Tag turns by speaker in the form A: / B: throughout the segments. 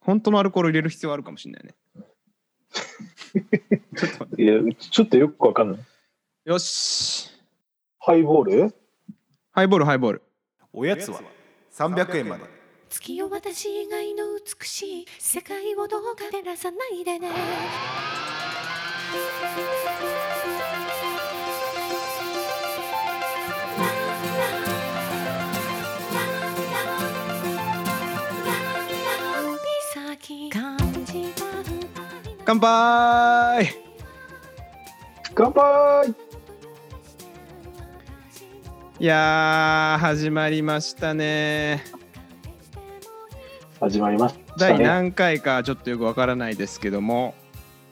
A: 本当のアルコール入れる必要あるかもしれないね。ちょっと待っ
B: いや、ちょっとよくわかんない。
A: て。よし。
B: ハイボール
A: ハイボール、ハイボール。
C: おやつは300円まで
D: 月よ私以外の美しい世界をどうか照らさないでね指先感じた
A: 乾杯
B: 乾杯
A: いやー、始まりましたね。
B: 始まります。
A: 第
B: ね
A: 何回かちょっとよくわからないですけども、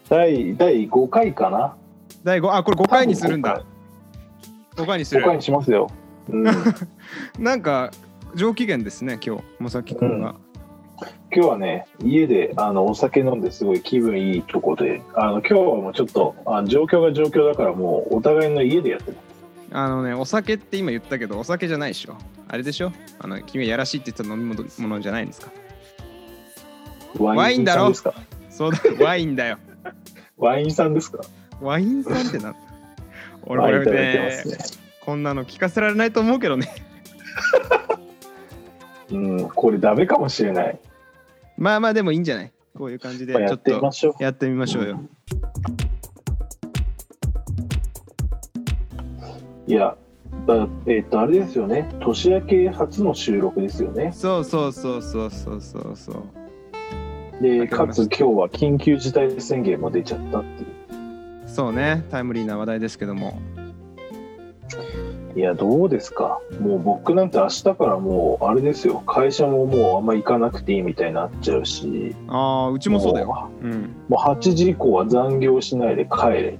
B: 第第5回かな
A: 第5、あ、これ5回にするんだ。5回にす
B: 5回
A: る。
B: にしますよ。 うん、今
A: なんか、上機嫌ですね、今日、まさきくんが。
B: 日はね、家であのお酒飲んですごい気分いいとこで、あの今日はもうちょっとあの状況が状況だから、もうお互いの家でやってる。
A: あのね、お酒って今言ったけど、お酒じゃないでしょ。あれでしょあの、君はやらしいって言った飲み物ものじゃないんですか。ワインだろ
B: さんですか
A: そうだ、ワインだよ。
B: ワインさんですか
A: ワインさんって なんだ俺
B: ワインい
A: こ
B: た
A: れ
B: だいて
A: ね
B: ますね。
A: こんなの聞かせられないと思うけどね。
B: うん、これダメかもしれない。
A: まあまあでもいいんじゃないこういう感じで、ち
B: や
A: ょ
B: っ
A: って
B: み
A: と
B: ましょう。
A: やってみましょうよ。
B: いや、だえっと、あれですよね、年明け初の収録ですよね。
A: そうそうそうそうそうそうそう。
B: で、
A: わかり
B: か
A: ま
B: つ
A: し
B: 今日は緊急事態宣言も出ちゃったってい
A: そうね、タイムリーな話題ですけども。
B: う。いや、どうですか、もう僕なんて明日からもう、あれですよ、会社ももうあんま行かなくていいみたいになっちゃうし、
A: ああ、うちもそうだよ。うん。
B: もう8時以降は残業しないで帰れ。
A: で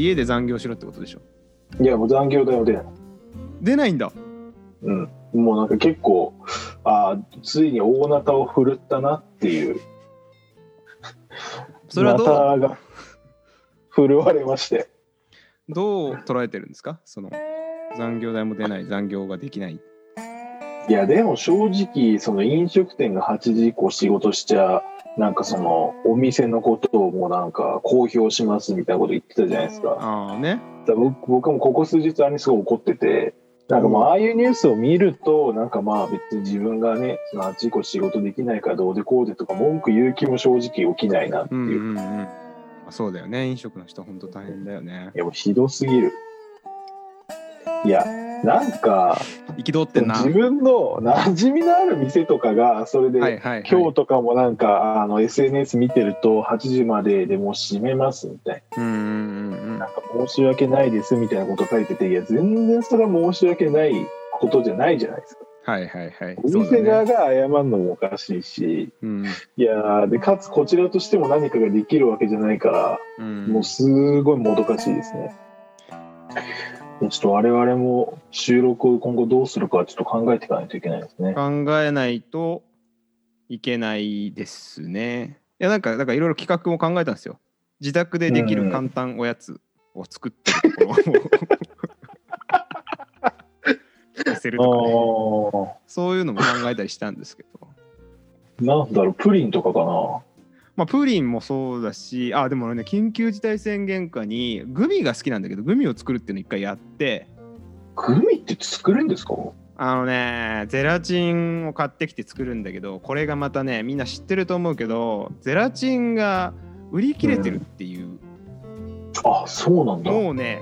A: 家で残業しろってことでしょ。
B: いや、もう残業代も出ない。
A: 出ないんだ。
B: うん、もうなんか結構あーついに大なたを振るったなっていう
A: それはど
B: ナ
A: う
B: タが振るわれまして
A: どう捉えてるんですかその残業代も出ない、残業ができない。
B: いやでも正直その飲食店が8時以降仕事しちゃなんかそのお店のことをもうなんか公表しますみたいなこと言ってたじゃないですかだか
A: ああね。
B: ら僕僕はもうここ数日あれにすごい怒っててなんかもうああいうニュースを見るとなんかまあ別に自分がねその8時以降仕事できないからどうでこうでとか文句言う気も正直起きないなって
A: う
B: い
A: ん
B: う。
A: うんうん。そうだよね。飲食の人、本当大変だよね。
B: いや、もうひどすぎる。いや、なんか、
A: 憤ってんな。
B: 自分の馴染みのある店とかが、それで、
A: はいはい、はい。
B: 今日とかもなんか、あの、SNS 見てると、8時まででもう閉めますみたい
A: うんうんうんう
B: な、
A: ん
B: なんか申し訳ないですみたいなこと書いてて、いや、全然それは申し訳ないことじゃないじゃないですか。
A: はいはいはい。
B: お
A: そうだ
B: 店側
A: ね。
B: が謝るのもおかしいし、
A: うん
B: いやーで、かつこちらとしても何かができるわけじゃないから、
A: うん
B: もうすごいもどかしいですね。ちょっと我々も収録を今後どうするかちょっと考えていかないといけないですね。
A: 考えないといけないですね。いやなんかなんかいろいろ企画も考えたんですよ。自宅ででき
B: う
A: る
B: ん
A: 簡単おやつを作ってるとこ ろを見せる
B: ああ
A: とか、ね、
B: ー、
A: そういうのも考えたりしたんですけど。
B: なんだろう、プリンとかか
A: まあ、プリンもそうだし、あ、でも俺ね、緊急事態宣言下にグミが好きなんだけど、グミを作るっていうの一回やって、
B: な。グミって作れるんですか
A: あのね、ゼラチンを買ってきて作るんだけど、これがまたね、みんな知ってると思うけど、ゼラチンが売り切れてるっていう、
B: あそうなんだ。
A: もうね、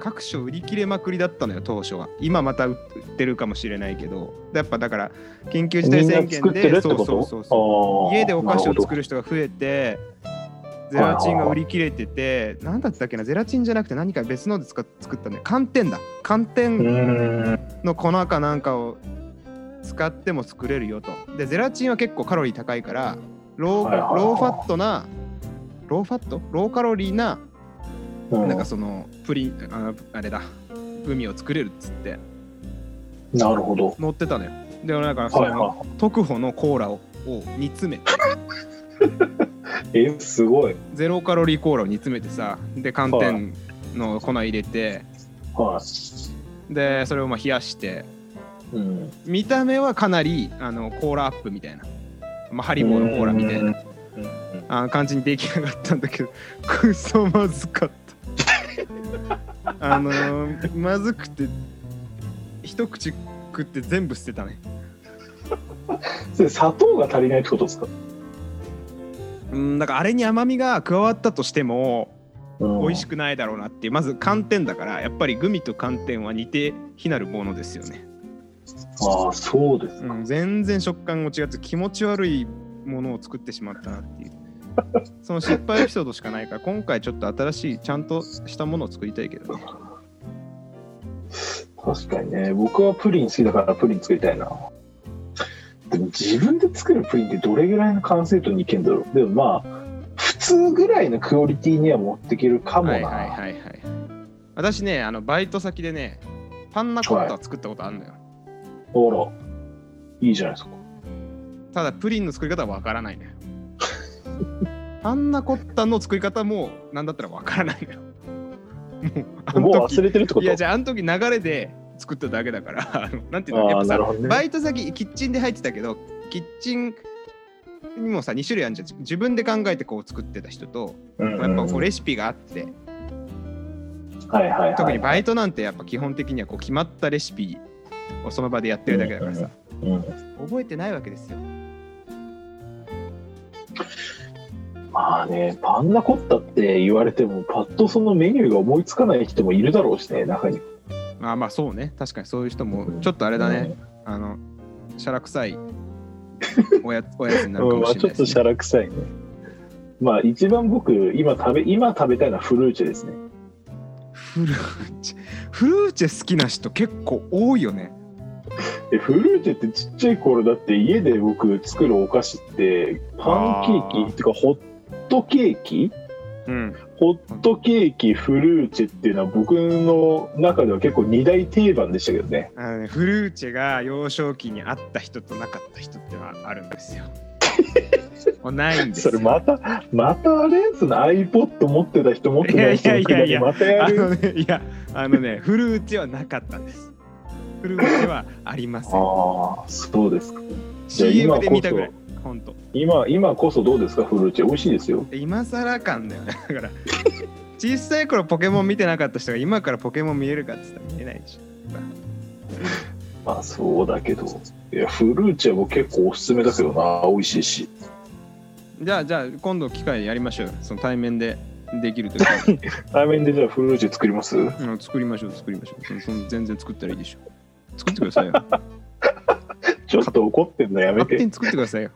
A: 各所売り切れまくりだったのよ、当初は。今また売ってるかもしれないけど、やっぱだから、緊急事態
B: みんな
A: 宣言
B: 作ってる
A: で、
B: って
A: そう
B: こ
A: そうそうそう。
B: と
A: 家でお菓子を作
B: る。
A: る人が増えてゼラチンが売り切れてて何だったっけなゼラチンじゃなくて何か別ので使っ作ったね寒天だ寒
B: う
A: 天
B: ーん。
A: の粉かなんかを使っても作れるよとでゼラチンは結構カロリー高いからロ
B: はいはいは
A: ー
B: い
A: ローファットなローファットローカロリーな
B: うん
A: なんかそのプリンああれだグミを作れるっつって
B: なるほど。
A: 載ってたのよで俺だからそ
B: はい
A: の
B: は
A: 特保のコーラをを煮詰めて
B: い。え、すごい。
A: ゼロカロリーコーラを煮詰めてさで寒天の粉入れて
B: は
A: でそれをまあ冷やして
B: い。うん。
A: 見た目はかなりあのコーラアップみたいなまあ、ハリボーのコーラみたい
B: うん
A: なあ感じに出来上がったんだけどクソまずかった あのーまずくて一口食って全部捨てたね
B: それ砂糖が足りないってことですか、
A: うんだからあれに甘みが加わったとしても
B: うん
A: 美味しくないだろうなっていうまず寒天だからやっぱりグミと寒天は似て非なるものですよね、
B: ああそうです
A: う
B: か、
A: ん、全然食感も違って気持ち悪いものを作ってしまったなっていうその失敗エピソードしかないから今回ちょっと新しいちゃんとしたものを作りたいけどね
B: 確かにね僕はプリン好きだからプリン作りたいなでも自分で作るプリンってどれぐらいの完成度にいけんだろうでもまあ普通ぐらいのクオリティには持っていけるかもな、
A: はいはいはいはい私ねあのバイト先でねパンナコッタ作ったことあるのよ、
B: あらいいじゃないですか
A: ただプリンの作り方はわからない のよパンナコッタの作り方もなんだったらわからないのよもうあ
B: もう
A: の時
B: 忘れてるってこと
A: いやじゃああの時流れで作っただけだから あのなんていうの
B: あー
A: やっぱ
B: な
A: さ、
B: るほどね
A: バイト先キッチンで入ってたけどキッチンにもさ2種類あるじゃん自分で考えてこう作ってた人と
B: うん
A: やっぱこうレシピがあって
B: はいはいはい
A: 特にバイトなんてやっぱ基本的にはこう決まったレシピをその場でやってるだけだからさ、
B: うん
A: 覚えてないわけですよ。
B: まあねパンナコッタって言われてもパッとそのメニューが思いつかない人もいるだろうしね中に
A: まあまあそうね確かにそういう人もちょっとあれだね、あのしゃらくさいおやおやつになるか
B: うん
A: も
B: まあ
A: しれ
B: ち
A: ない
B: ょっ
A: です、
B: と
A: ね
B: しゃらくさいね。まあ一番僕今食べ今食べたいのはフルーチェですね。
A: フルーチェフルーチェ好きな人結構多いよね。
B: でフルーチェってちっちゃい頃だって家で僕作るお菓子ってパンケーキ
A: あー
B: っていうかホットケーキ
A: うん、
B: ホットケーキフルーチェっていうのは僕の中では結構二大定番でしたけどね。
A: あのねフルーチェが幼少期にあった人となかった人ってのはあるんです よ。もうないんです
B: そ
A: よ。
B: れまたまたあれその iPod 持ってた人持ってない人のくだ
A: いやいやいやい
B: り
A: や
B: またや
A: あ
B: る。
A: のねいやあの ねフルーチェはなかったんです。フルーチェはありません。
B: ああそうですか。じゃあ
A: CM で見たぐらい
B: 今。
A: 本当。
B: 今今こそどうですかフルーチェ美味しいですよ。
A: 今更感だよね。だから小さい頃ポケモン見てなかった人が今からポケモン見えるかって言ったら見えないでしょ。
B: まあそうだけど、いやフルーチェも結構おすすめだけどな、美味しいし。
A: じゃあじゃあ今度機会やりましょうよ。その対面でできるというか。
B: ラーメンでじゃあフルーチェ作ります
A: うん、作りましょう作りましょうそのその全然作ったらいいでしょ作ってくださいよ
B: ちょっと怒ってんのやめ
A: 勝手
B: て。
A: に作ってくださいよ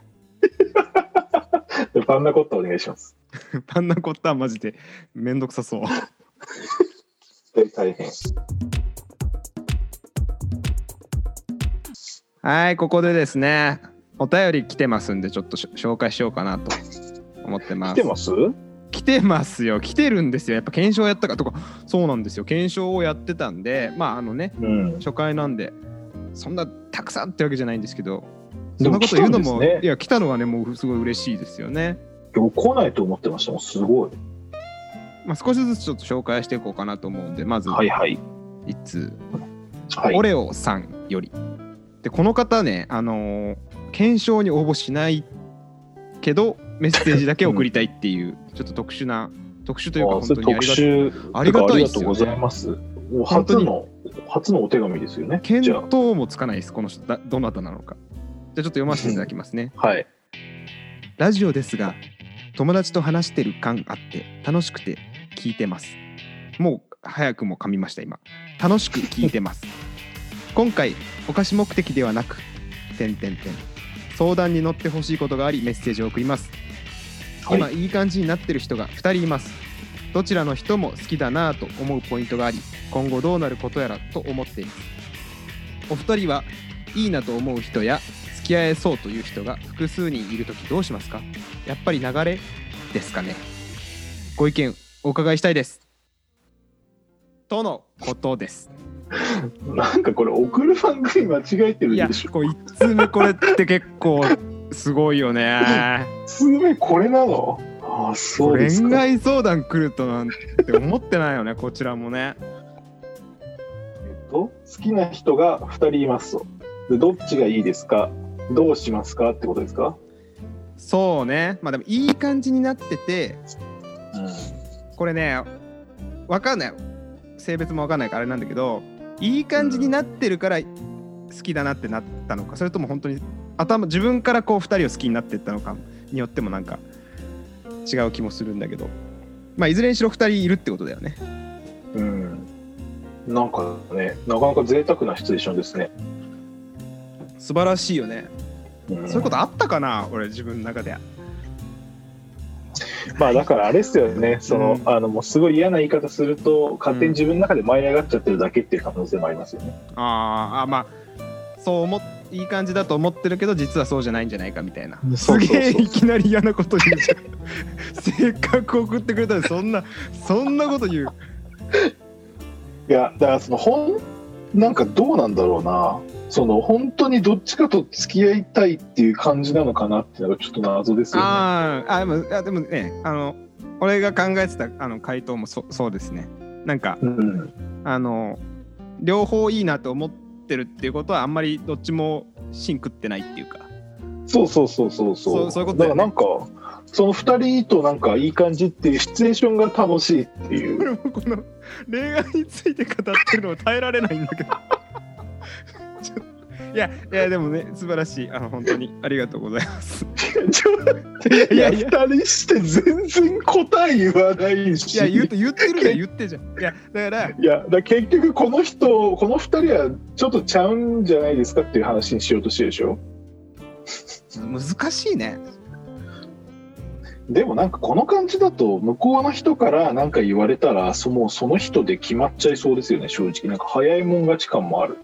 B: パンナコッタお願いします。
A: パンナコッタはマジでめんどくさそう
B: 大変。
A: はいここでですねお便り来てますんでちょっとし紹介しようかなと思ってま
B: 来
A: す
B: てます
A: 来てますよ来てるんですよやっぱ検証やったかとかそうなんですよ検証をやってたんでまああのね
B: うん。
A: 初回なんでそんなたくさんってわけじゃないんですけど
B: で
A: そんな
B: も
A: こ
B: 来
A: と言
B: た
A: うんの
B: です
A: も、
B: ね
A: い。や来たのはねもうすごい嬉しいですよね
B: 今日来ないと思ってましたもん、すごい。
A: まあ、少しずつちょっと紹介していこうかなと思うんでまず
B: はいはい。
A: 一通、
B: はい
A: オ。レオさんよりでこの方ねあのー検証に応募しないけどメッセージだけ送りたいっていう、ちょっと特殊な特殊というか
B: あ
A: 本
B: そ
A: 当
B: れ
A: にあ
B: 特
A: りがたい
B: 集
A: ありがたいっすよ
B: と
A: ね
B: うございます。もう
A: 本当
B: 初
A: に
B: の、初のお手紙ですよね。じ
A: 見
B: ゃあ、
A: 当もつかないですこの人だどなたなのかじゃあちょっと読ませていただきますね
B: はい。
A: ラジオですが友達と話してる感あって楽しくて聞いてますもう早くも噛みました今楽しく聞いてます 今回お菓子目的ではなく点点点相談に乗ってほしいことがありメッセージを送ります今、、
B: はい
A: い感じになってる人が2人いますどちらの人も好きだなぁと思うポイントがあり今後どうなることやらと思っていますお二人はいいなと思う人や付き合えそうという人が複数人いるときどうしますかやっぱり流れですかねご意見お伺いしたいですとのことです
B: なんかこれ、送る番組間違えてる
A: い
B: ん
A: や
B: でしょ。
A: こう1通目これって結構すごいよね
B: すめこれなのああ、そうですか。
A: 恋愛相談来るとなんて思ってないよねこちらもね
B: えっと、好きな人が2人いますとでどっちがいいですかどうしますかってことですか
A: そうねまあでもいい感じになっててこれねわかんない性別もわかんないからあれなんだけどいい感じになってるから好きだなってなったのかそれとも本当に頭自分からこう2人を好きになってったのかによってもなんか違う気もするんだけどまあいずれにしろ2人いるってことだよね
B: うん、うん、なんかねなかなか贅沢なシチュエーションですね、
A: 素晴らしいよね
B: うん
A: そういうことあったかな俺自分の中で
B: まあだからあれですよねその、
A: うん
B: あのもうすごい嫌な言い方すると勝手に自分の中で舞い上がっちゃってるだけっていう可能性もありますよね、
A: あーあまあそう思っいい感じだと思ってるけど実はそうじゃないんじゃないかみたいな
B: そ
A: す
B: うそうそう
A: げえいきなり嫌なこと言うじゃん せっかく送ってくれたのにそんなそんなこと言う
B: いやだからその本なんかどうなんだろうなその本当にどっちかと付き合いたいっていう感じなのかなっていうのがちょっと謎ですよね
A: あーあでもあでもねあの俺が考えてたあの回答もそそうですねなんか
B: うん
A: あの両方いいなと思ってるっていうことはあんまりどっちも芯食ってないっていうか
B: そうそうそうそうそう
A: そうそういうことだよね
B: だからなんかその2人となんかいい感じっていうシチュエーションが楽しいっていう
A: 俺もこの恋愛について語ってるのを耐えられないんだけど ちょっといやいやでもね素晴らしいあの本当にありがとうございます
B: ちょっと待って
A: い
B: い
A: や
B: や
A: いや
B: 2人して全然答え言わないし
A: いや言うと言ってるじゃん言ってるじゃんいやだから
B: いやだから結局この人この2人はちょっとちゃうんじゃないですかっていう話にしようとしてるでしょ
A: 難しいね
B: でもなんかこの感じだと向こうの人から何か言われたらそもうその人で決まっちゃいそうですよね正直なんか早いもん勝ち感もある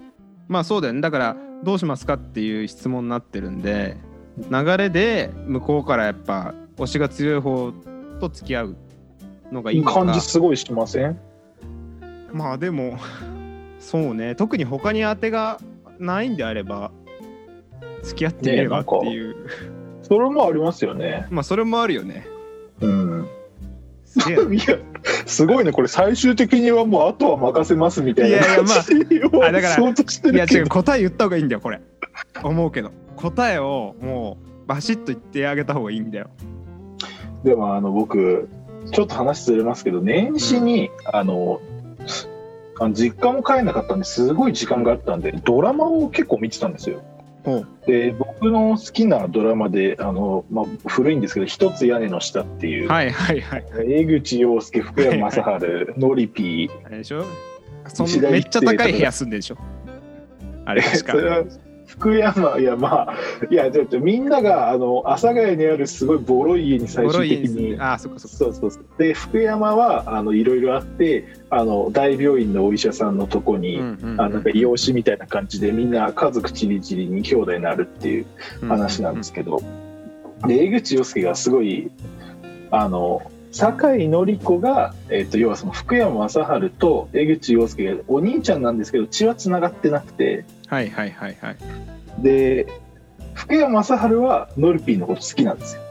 A: まあそうだよねだからどうしますかっていう質問になってるんで流れで向こうからやっぱ推しが強い方と付き合うのがいいのか
B: 感じすごいしません
A: まあでもそうね特に他に当てがないんであれば付き合ってみればっていう、
B: それもありますよね
A: まあそれもあるよね
B: うん
A: す げえない
B: やすごいねこれ最終的にはもうあとは任せますみたいな
A: やい
B: い
A: や
B: 感
A: まあ
B: じを
A: あだから
B: 相当して
A: や
B: る
A: 違
B: け
A: う
B: ど
A: 答え言った方がいいんだよこれ思うけど答えをもうバシッと言ってあげた方がいいんだよ
B: でもあの僕ちょっと話ずれますけど年始に、あのあの実家も帰んなかったんですごい時間があったんでドラマを結構見てたんですよ。
A: ほう
B: で僕の好きなドラマであの、まあ、古いんですけど「一つ屋根の下」っていう、
A: はいはいはい
B: 江口洋介福山雅治ノリピ
A: あれでしょそ
B: 石
A: ん
B: 田
A: めっ
B: 一
A: ちゃ
B: 生
A: 高い部屋住んでるでしょあれ
B: ー
A: 確
B: それ
A: か
B: は福山いやまあいやちょっとみんながあの阿佐ヶ谷にあるすごいボロい家に最
A: ボロ
B: 終
A: い家
B: 的
A: に住んで
B: に
A: るあーそっかそっか
B: そうそうそうで福山はあのいろいろあってあの大病院のお医者さんのとこに、
A: うんうんうん
B: あなんか養子みたいな感じでみんな家族ちりちりに兄弟になるっていう話なんですけど、で江口洋介がすごいあの酒井紀子が、えっと要はその福山雅治と江口洋介がお兄ちゃんなんですけど血はつながってなくて
A: はいはいはいはい
B: で福山雅治はノルピーのこと好きなんですよ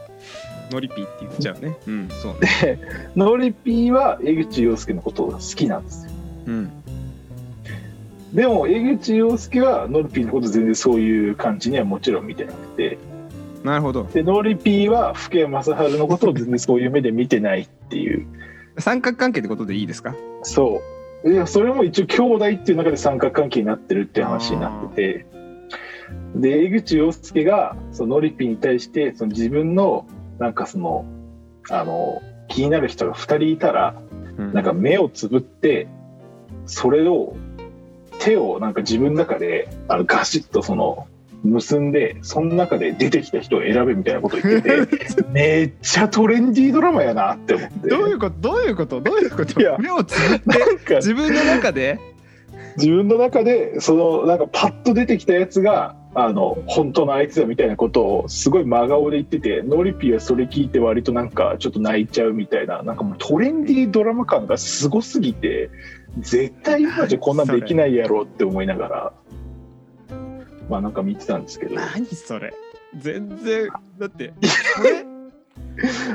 A: ノリピーって言っちゃうねうんそう ね
B: ノリピーは江口洋介のことが好きなんですよ
A: うん
B: でも江口洋介はノリピーのこと全然そういう感じにはもちろん見てなくて
A: なるほど
B: でノリピーは福山雅治のことを全然そういう目で見てないっていう
A: 三角関係ってことでいいですか
B: そういやそれも一応兄弟っていう中で三角関係になってるっていう話になっててで江口洋介がそのノリピーに対してその自分のなんかそのあの気になる人が2人いたら
A: な
B: なんか目をつぶってそれを手をなんか自分の中であのガシッとその結んでその中で出てきた人を選べみたいなこと言っ ててめっちゃトレンディードラマやなって思って
A: どういうことどういうことどういうこと
B: いや
A: 目をつぶって
B: なんか
A: 自分の中で
B: 自分の中でそのなんかパッと出てきたやつがあの本当のあいつだみたいなことをすごい真顔で言っててノリピーはそれ聞いて割となんかちょっと泣いちゃうみたいななんかもうトレンディードラマ感がすごすぎて絶対今じゃこんなんできないやろって思いながらまあなんか見てたんですけど
A: 何それ全然だってそれ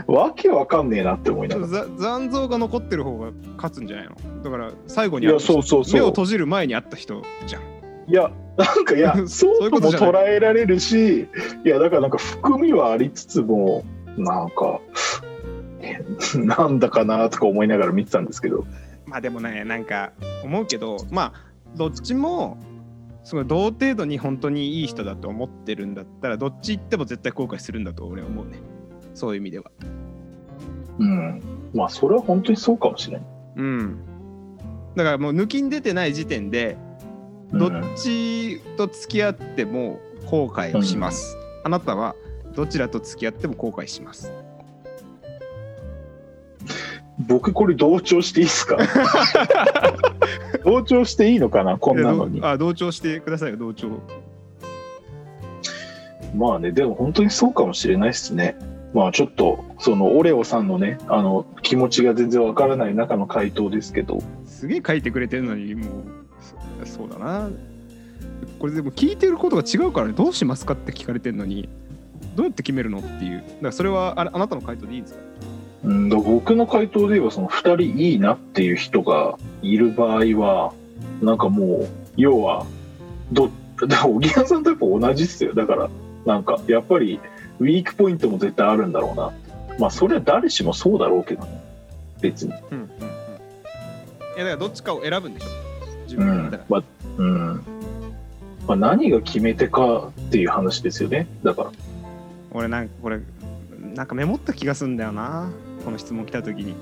B: わけわかんねえなって思い
A: ち
B: な
A: ょっ
B: が
A: と
B: ら
A: ざ残像が残ってる方が勝つんじゃないのだから最後に
B: い
A: 会
B: やそうそうそう
A: 目を閉じる前に会った人じゃん
B: いやなんかいや
A: そう
B: そ
A: いううこと
B: とも
A: じゃない
B: 捉えられるしいやだからなんか含みはありつつもなんか なんだかなとか思いながら見てたんですけど
A: まあでもねなんか思うけどまあどっちもすごい同程度に本当にいい人だと思ってるんだったらどっち行っても絶対後悔するんだと俺は思うねそういう意味では
B: うんまあそれは本当にそうかもしれない、
A: うんだからもう抜きん出てない時点で
B: うん
A: どっちと付き合っても後悔をします、あなたはどちらと付き合っても後悔します
B: 僕これ同調していいです か同調していいのかなこんなの
A: え
B: に
A: どうあ同調してくださいよ同調
B: まあねでも本当にそうかもしれないですねまあちょっとそのオレオさんのねあの気持ちが全然わからない中の回答ですけど
A: すげえ書いてくれてるのにもうそそうだなこれでも聞いてることが違うからねどうしますかって聞かれてるのにどうやって決めるのっていうだからそれはあれあなたの回答でいいですか
B: うんだから僕の回答で言えばその2人いいなっていう人がいる場合はなんかもう要はど だから小木原さんとやっぱ同じっすよだからなんかやっぱりウィークポイントも絶対あるんだろうなまあそれは誰しもそうだろうけどね別に
A: うんうんうんいやだからどっちかを選ぶんでしょ自
B: う
A: 分だった
B: ん
A: ら、
B: まあうんまあ、何が決め手かっていう話ですよねだから
A: 俺なんかこれなんかメモった気がすんだよなこの質問来た 時に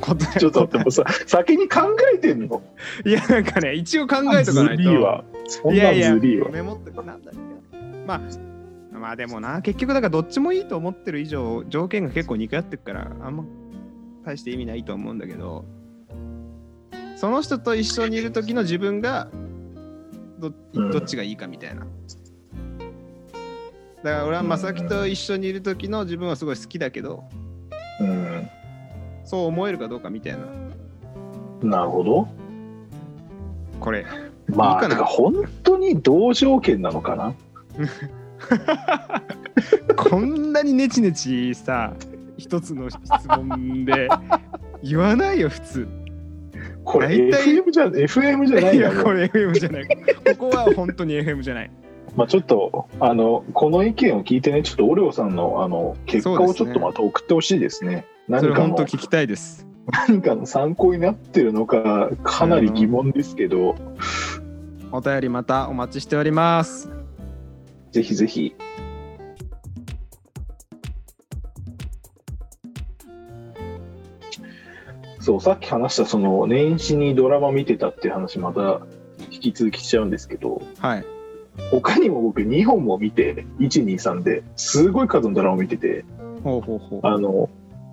A: 答え
B: ちょっと待ってもうさ先に考えてんの
A: いやなんかね一応考えとかないと
B: ズリーはそん
A: いや
B: ない
A: や
B: ズリーは
A: メモってなんだっけまあまあでもな結局だからどっちもいいと思ってる以上条件が結構似通ってるからあんま大して意味ないと思うんだけどその人と一緒にいる時の自分がど
B: うん
A: どっちがいいかみたいな、だから俺は正木と一緒にいる時の自分はすごい好きだけど
B: うん
A: そう思えるかどうかみたいな
B: なるほど
A: これいい
B: まあ
A: かな
B: てか本当に同条件なのかな
A: こんなにネチネチさ一つの質問で言わないよ普通
B: これ
A: 大体
B: FM じゃ FM じゃない
A: い
B: よ
A: やこれ FM じゃないここは本当に FM じゃない
B: まあちょっとあのこの意見を聞いてねちょっとオレオさんのあの結果
A: そうで
B: を
A: す
B: ち
A: ね
B: ょっとまた送ってほしいですね
A: それ
B: 何か
A: 本
B: の
A: 当聞きたいです
B: 何かの参考になってるのかかなり疑問ですけど、
A: お便りまたお待ちしております
B: ぜひぜひそうさっき話したその年始にドラマ見てたっていう話また引き続きしちゃうんですけど
A: はい
B: 他にも僕2本も見て123ですごい数のドラマ見てて
A: ほうほうほう
B: あの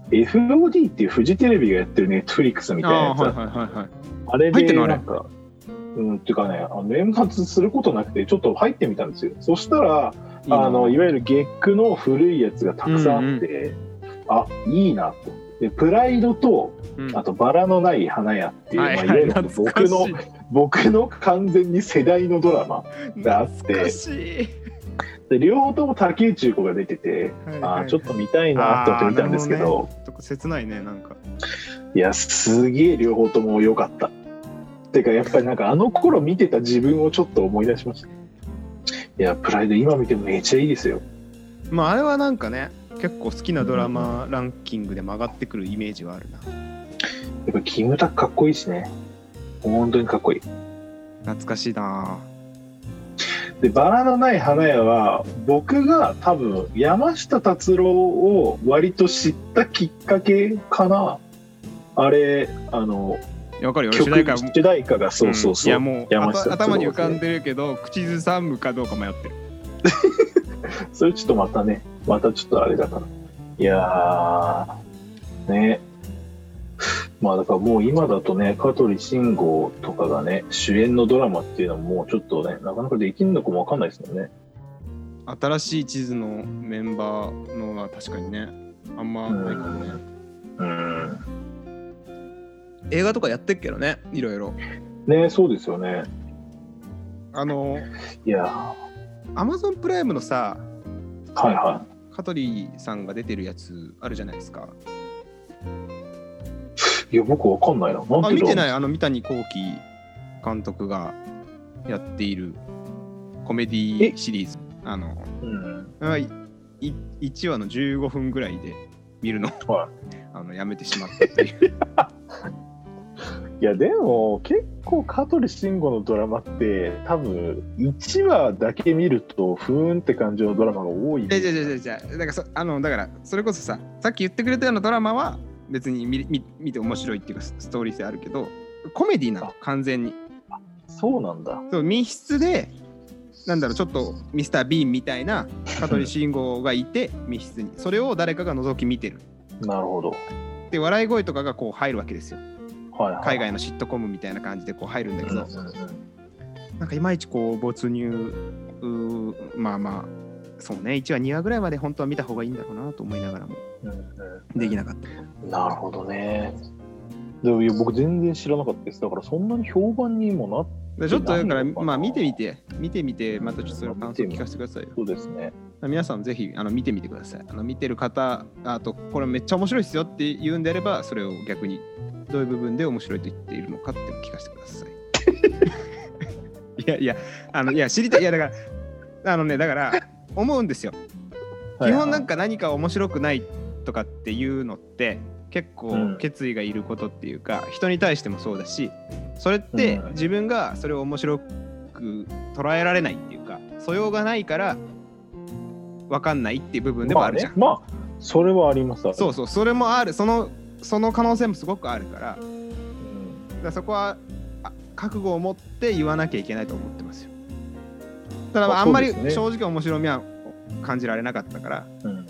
B: FOD っていうフジテレビがやってるネットフリックスみたいなや
A: あ
B: つ
A: ー
B: あ,、
A: はいはいはいはい
B: れ
A: 入って
B: で
A: んのあれ
B: なんかうんっていうかねあの年末することなくてちょっと入ってみたんですよそしたら
A: いいな
B: あのいわゆる月9の古いやつがたくさんあって、あいいなと。でプライドと
A: うん
B: あとバラのない花屋っていう、
A: はい
B: まあ、い
A: は
B: わ
A: い
B: ゆる
A: 懐
B: 僕
A: かし
B: の
A: い
B: 僕の完全に世代のドラマがあって
A: 懐かしい
B: で両方とも竹内結子が出てて
A: はいはい
B: あーちょっと見たいなと思って見たんですけ
A: あーなる
B: ど
A: ちょっと切ないねなんか
B: いやすげえ両方とも良かった。てかやっぱりなんかあの頃見てた自分をちょっと思い出しました。いやプライド今見てもめっちゃいいですよ。
A: まああれはなんかね結構好きなドラマランキングで曲がってくるイメージはあるな
B: やっぱキムタクかっこいいしね。本当にかっこいい。
A: 懐かしいな
B: でバラのない花屋は僕が多分山下達郎を割と知ったきっかけかな。あれあの
A: いやわかるよ俺主
B: 曲
A: 題歌
B: 主題歌がそうそうそう。
A: んいやもう
B: 山下達
A: 頭
B: 郎
A: 頭に浮かんでるけど口ずさむかどうか迷ってる
B: それちょっとまたね、またちょっとあれだから。いやー、ね。まあだからもう今だとね、香取慎吾とかがね、主演のドラマっていうのももうちょっとね、なかなかできるのかもわかんないですもんね。
A: 新しい地図のメンバーのは確かにねあんまないかもね
B: うん。
A: 映画とかやってっけどねいろいろ
B: ね、そうですよね。
A: あの
B: いやー、は
A: アマゾンプライムのさ
B: いは
A: 香取さんが出てるやつあるじゃないですか
B: い。いや、僕わかんないな。なん
A: あ見てない
B: い
A: あの三谷幸喜監督がやっているコメディシリーズあの
B: うん。
A: はいい1話の15分ぐらいで見るのを、
B: は
A: あのやめてしまった っていう
B: いや、でも、結構、香取慎吾のドラマって、多分、1話だけ見ると、ふーんって感じのドラマが多い。
A: いやいやいやいやいやだからそあのだからそれこそささっき言ってくれたようなドラマは別に見見見て面白いっていうかスストーリー性あるけどコメディなの完全に
B: そうなんだ。
A: そう密室でなんだろうちょっとミスター・ビーンみたいな香取慎吾がいて 密室にそれを誰かが覗き見てる
B: なるほど。
A: で笑い声とかがこう入るわけですよ
B: はい、はい。
A: 海外のシットコムみたいな感じでこう入るんだけど、なんかいまいちこう没入うーまあまあそうね1話2話ぐらいまで本当は見た方がいいんだろうなと思いながらも
B: うんうんうんうん
A: できなかった
B: なるほどね。でもいや僕全然知らなかったです。だからそんなに評判にもなっ
A: でちょっとだから
B: なんかな
A: まあ見てみて見てみてまたちょっとその感想聞かせてくださいよ
B: そうですね。
A: 皆さんぜひあの見てみてください。あの見てる方、あとこれめっちゃ面白いですよって言うんであれば、それを逆にどういう部分で面白いと言っているのかっていうのを聞かせてくださ い。いやいや、あのいや知りたい。いやだから、あのね、だから思うんですよ。基本なん
B: か、
A: か何か面白くないとかっていうのって結
B: う
A: 構
B: ん
A: 決意がいることっていうか、人に対してもそうだしそれって
B: うん
A: 自分がそれを面白く捉えられないっていうか素養がないから分かんないっていう部分でもあるじゃん。
B: まあね、まあそれはあります。
A: そうそうそれもあるそのその可能性もすごくあるからだからそこはあ覚悟を持って言わなきゃいけないと思ってますよ。ただ
B: まあ
A: あんまり
B: そうですね
A: 正直面白みは感じられなかったから
B: うん。うん。うん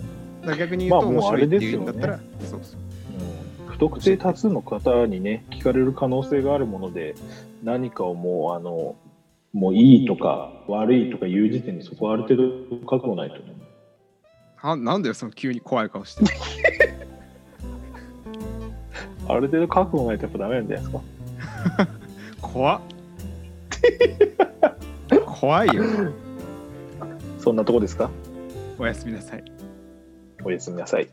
A: だから逆に言うと
B: まあも
A: 面
B: うあ
A: 白い
B: れ
A: って
B: です
A: い
B: よ
A: うん
B: ね
A: だったら、そうそう
B: 不特定多数の方にね聞かれる可能性があるもので何かをもうあのもういいとか悪いとか言う時点でそこはある程度覚悟ないとね
A: はなんだよその急に怖い顔して
B: ある程度覚悟ないとやっぱダメなんじゃないですか
A: 怖っ怖いよ
B: そんなとこですか
A: おやすみなさい
B: おやすみなさい